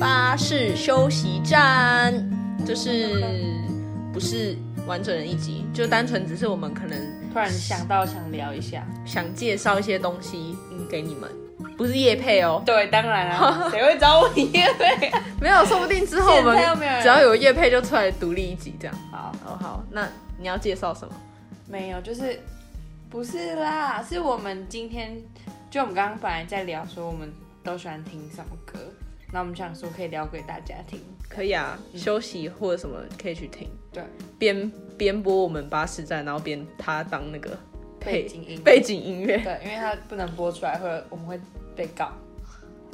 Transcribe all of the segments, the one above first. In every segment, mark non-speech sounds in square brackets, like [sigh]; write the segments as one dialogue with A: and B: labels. A: 巴士休息站，就是不是完整的一集，就单纯只是我们可能
B: 突然想到想聊一下，
A: 想介绍一些东西嗯给你们，不是夜配 [laughs] 哦，
B: 对，当然 [laughs] 啦，谁会找我夜配啊？
A: 没有，说不定之后我们
B: 现在又没有人
A: 只要有夜配就出来独立一集这样。
B: 好，
A: 哦，好，那你要介绍什么？
B: 没有，就是不是啦，是我们今天就我们刚刚本来在聊说我们都喜欢听什么歌，那我们想说可以聊给大家听，
A: 可以啊，休息或者什么可以去听，
B: 对，
A: 边边播我们巴士站，然后边他当那个
B: 背景音乐，
A: 背景音乐，
B: 对，因为它不能播出来，或者我们会被告，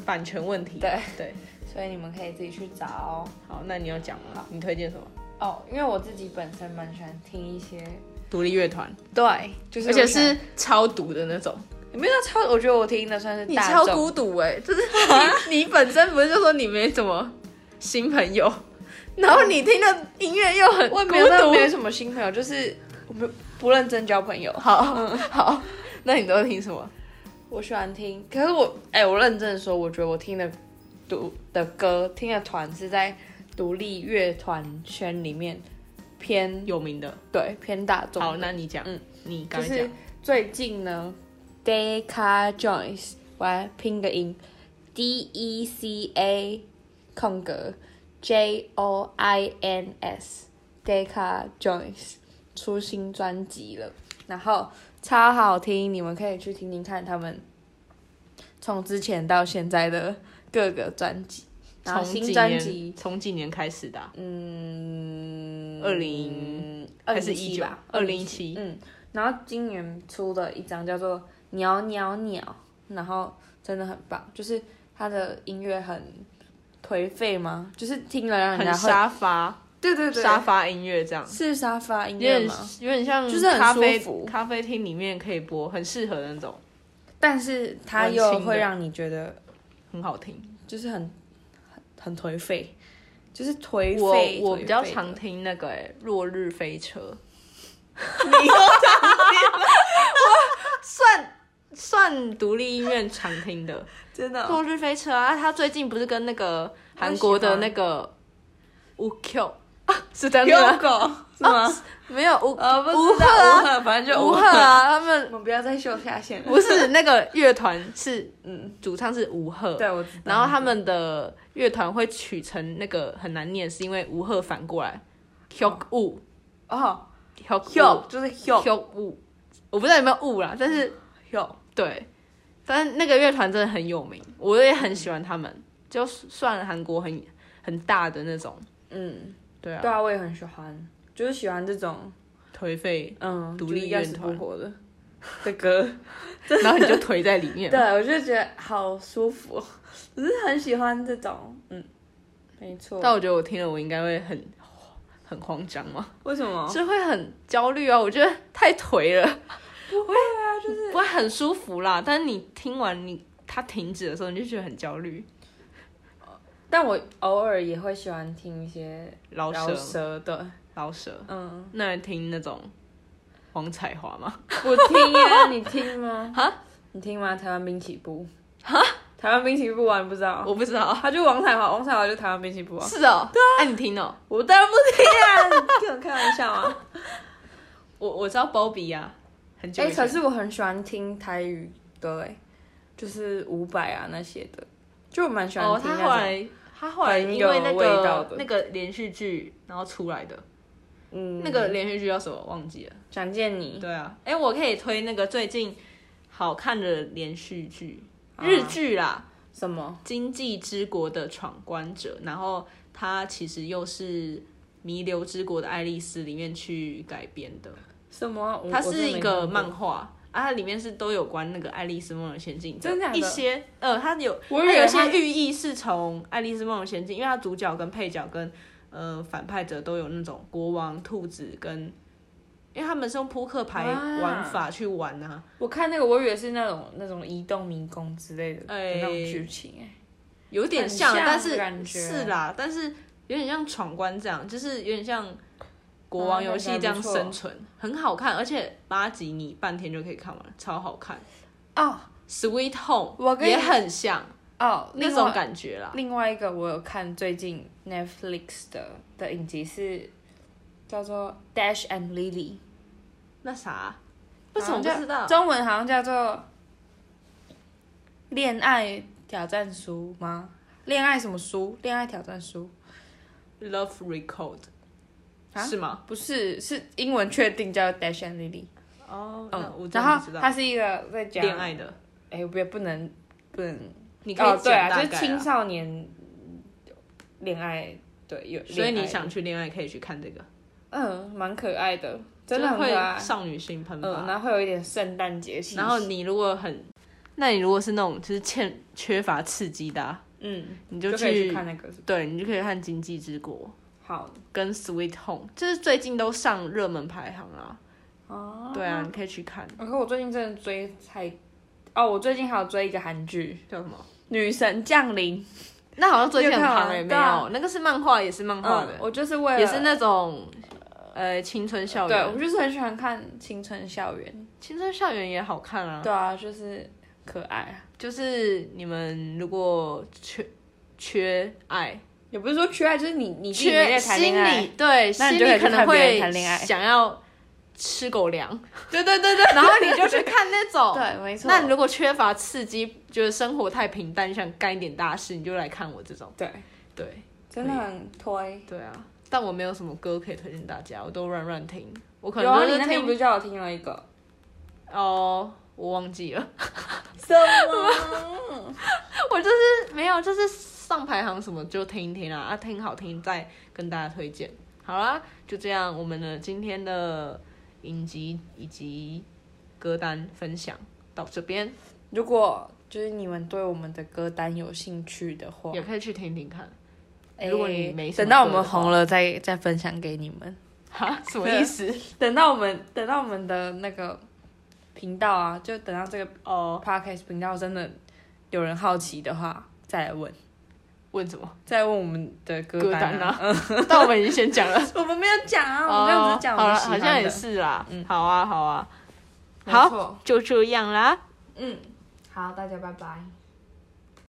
A: 版权问题。
B: 对
A: 对，
B: 所以你们可以自己去找
A: 好，那你要讲吗？你推荐什么？
B: 哦。因为我自己本身蛮喜欢听一些，
A: 独立乐团，
B: 对，就是
A: 而且
B: 我喜欢
A: 是超独的那种，
B: 有没有到超，我觉得我听的算是
A: 你
B: 大
A: 超
B: 众
A: 孤独哎、就是你 [laughs] 你本身不是就说你没什么新朋友，然后你听的音乐又很
B: 我也
A: 孤
B: 没有到没有
A: 独，
B: 什么新朋友，就是我们不认真交朋友。
A: 好、好，那你都听什么？
B: 我喜欢听，可是我哎、我认真的说，我觉得我听的独的歌，听的团是在独立乐团圈里面偏
A: 有名的，
B: 对偏大众。
A: 好，那你讲，嗯，你刚
B: 就
A: 才讲
B: 是，最近呢，Deca Jones，我来拼个音，D E C A 空格 J O I N S，Deca Jones 出新专辑了，然后超好听，你们可以去听听看他们从之前到现在的各个专辑，然后
A: 从
B: 新
A: 几
B: 专
A: 年
B: 辑
A: 从几年开始的啊、
B: 嗯，
A: 二零
B: 二
A: 还是一九
B: 吧，
A: 二零一七，
B: 嗯，然后今年出了一张叫做《鸟鸟鸟》，然后真的很棒，就是他的音乐很颓废吗？就是听了让人
A: 很
B: 家会，
A: 沙发
B: 对对对，
A: 沙发音乐这样。
B: 是沙发音
A: 有
B: 乐
A: 点
B: 吗？
A: 有点像，
B: 就是很
A: 咖啡
B: 舒服
A: 咖啡厅里面可以播，很适合那种，
B: 但是它
A: 文
B: 又
A: 青的
B: 会让你觉得
A: 很好听。
B: 就是很很很颓废，就是颓
A: 我
B: 废。
A: 我比
B: 颓
A: 较
B: 废的
A: 常听那个、欸《落日飞车》，
B: [laughs]
A: [laughs] 你又常听了，我算算独立音乐常听的
B: 真
A: 《
B: 的
A: 落日飞车》啊。他最近不是跟那个韩国的那个 U Q 是真
B: 有
A: 的
B: 狗是吗？
A: 没有 U
B: 呃，不
A: 吴
B: 知
A: 赫
B: 道，
A: 啊
B: 无赫，反正就
A: 吴
B: 无
A: 赫啊，他们
B: 我们不要再秀下限了。
A: 不是那个乐团
B: [laughs]
A: 是嗯，主唱是吴赫，
B: 对，我知道。
A: 然后他们的乐团会取成那个很难念，是因为吴赫反过来 Q U
B: 哦
A: Q
B: ，hill 就是 hill
A: Q 误，我不知道有没有误啦，但是
B: hill，
A: 对，但是那个乐团真的很有名，我也很喜欢他们，就算韩国很很大的那种，
B: 嗯。
A: 对啊，
B: 对啊，我也很喜欢，就是喜欢这种
A: 颓废，
B: 嗯
A: 独立
B: 乐
A: 乐团
B: 活的的歌。
A: 然后你就颓在里 [laughs] 面
B: 对，，我就觉得好舒服， [laughs] 只是很喜欢这种，嗯，没错。
A: 但我觉得我听了我应该会很很慌张嘛，
B: 为什么？
A: 就会很焦虑啊，我觉得太颓了，不会啊，就是不会很舒服啦，但是你听完你它停止的时候，你就觉得很焦虑，
B: 但我偶尔也会喜欢听一些
A: 饶
B: 饶
A: 舌
B: 舌的，
A: 饶舌，
B: 嗯，
A: 那你听那种黄彩华吗？
B: 我听啊，你听
A: [laughs]
B: 吗？哈，你听吗？台湾滨崎步？哈，台湾滨崎步啊，你不知道？
A: 我不知道。
B: 他就王彩华，王彩华就台湾滨崎步啊。
A: 是哦，对啊，哎、你听哦，
B: 我当然不听啊，你跟我开玩笑啊。
A: 我我知道 Bobby 啊，很久
B: 哎、
A: 以前，
B: 可是我很喜欢听台语歌，哎，就是伍佰啊那些的，就我蛮喜欢
A: 哦，
B: 听
A: 他
B: 那
A: 后
B: 种。
A: 来他后来
B: 很
A: 因
B: 有
A: 为那
B: 味道的
A: 个那个连续剧，然后出来的、
B: 嗯，
A: 那个连续剧叫什么忘记了？
B: 蒋介妮，
A: 对啊，哎、我可以推那个最近好看的连续剧，日剧啦，
B: 什么？
A: 经济之国的闯关者》，然后它其实又是。弥留之国的爱丽丝里面去改编的，
B: 什么？哦我
A: 它是一个漫，
B: 我
A: 画啊，它里面是都有关那个《爱丽丝梦游仙境》
B: 真假的
A: 一些呃，它有
B: 我以
A: 它
B: 为
A: 有一
B: 它
A: 些寓意是从《爱丽丝梦游仙境》，因为它主角跟配角跟呃反派者都有那种国王、兔子跟，因为他们是用扑克牌
B: 哇
A: 玩法去玩
B: 真
A: 啊。
B: 的我看那个，我以为是那种那种移动迷宫之类的、
A: 哎
B: 那种剧情，哎，
A: 有点
B: 很
A: 像，
B: 像
A: 但
B: 感
A: 是
B: 觉
A: 是啦，但是有点像闯关这样，就是有点像国王
B: 啊
A: 游戏
B: 那
A: 这
B: 个还
A: 样
B: 不错
A: 生存，很好看，而且八集你半天就可以看完，超好看。
B: 哦，
A: Sweet Home
B: 我跟你
A: 也很像，
B: 哦，
A: 那
B: 另
A: 种
B: 外
A: 感觉啦。
B: 另外一个我有看最近 Netflix 的的影集是叫做《Dash and Lily》，
A: 那啥，为什么不知
B: 好像叫
A: 道？
B: 中文好像叫做《恋爱挑战书》吗？恋爱什么书？恋爱挑战书
A: Love Record，、
B: 啊
A: 是吗？
B: 不是，是英文确定叫《Dash and Lily》。
A: 哦，那我
B: 嗯，
A: 真
B: 然
A: 的不
B: 后
A: 知
B: 它
A: 道
B: 是一个在讲
A: 恋，爱的，
B: 哎，我也不能不能，
A: 你可以
B: 哦，对
A: 讲
B: 啊，
A: 大
B: 就是
A: 概
B: 青少年恋爱，对，有，
A: 所以
B: 恋爱
A: 你想去恋爱可以去看这个，
B: 嗯，蛮可爱的，真的很可啊
A: 会
B: 爱。
A: 少女心喷
B: 嗯，
A: 发。
B: 然后会有一点圣诞节气息。
A: 然后你如果很，那你如果是那种就是欠缺乏刺激的啊、
B: 嗯，
A: 你
B: 就可以去
A: 去
B: 看那个是不是
A: 对，你就可以看《经济之国
B: 好》
A: 跟《Sweet Home》，就是最近都上热门排行啦。
B: 哦。
A: 对啊，你可以去看。
B: 可我最近真的追太哦，我最近还有追一个韩剧
A: 叫什么？
B: 《女神降临》，
A: 那好像最近很
B: 你有看
A: 夯
B: 吗
A: 诶，没
B: 对啊
A: 有，那个是漫画，也是漫画
B: 嗯
A: 的，，
B: 我就是为了
A: 也是那种呃青春校
B: 对，我
A: 园。
B: 就是很喜欢看青春校园。
A: 青春校园也好看啊。
B: 对啊，就是可爱啊，
A: 就是你们如果缺缺爱，
B: 也不是说缺爱，就是你你自己没
A: 缺
B: 在谈恋
A: 心
B: 爱
A: 理，对，
B: 那
A: 心
B: 你就可
A: 里
B: 以去
A: 可能
B: 看别人
A: 会
B: 谈恋爱
A: 想要吃狗粮，
B: [laughs] 对对对对，
A: 然后你就去看那种。
B: 对， [laughs] 没错。
A: 那你如果缺乏刺激，觉得生活太平淡，想干一点大事，你就来看我这种。
B: 对，
A: 对
B: 真的很推。
A: 对啊，但我没有什么歌可以推荐大家，我都乱乱听。我可
B: 有啊，
A: 能
B: 你
A: 就是
B: 那天
A: 听
B: 不是叫我听了一
A: [laughs]
B: 个
A: 哦，我忘记了，
B: 什么？
A: 我就是 [laughs] 没有，就是上排行什么就听一听啊，啊听好听再跟大家推荐。好啦，就这样，我们的今天的影集以及歌单分享到这边，
B: [laughs] 如果就是你们对我们的歌单有兴趣的话，
A: 也可以去听听看。
B: 诶
A: 如果你没什
B: 等
A: 么
B: 到我们
A: 歌的话
B: 红了再再分享给你们。
A: 哈，什么意思？
B: 等到我们等到我们的那个频道啊，就等到这个
A: 哦，
B: podcast 频道真的有人好奇的话，再来 [laughs] 问，
A: 问什么？
B: 再问我们的歌
A: 歌
B: 单
A: 单啊？
B: [laughs]
A: 但我们已经先讲了。
B: 我们没有讲啊，我们刚刚只讲我
A: 哦好
B: 们
A: 了，
B: 喜
A: 好
B: 欢的，
A: 像也是啦。
B: 嗯哦
A: 好啊，好啊，
B: 没错，
A: 就这样啦。
B: 嗯，好，大家拜拜。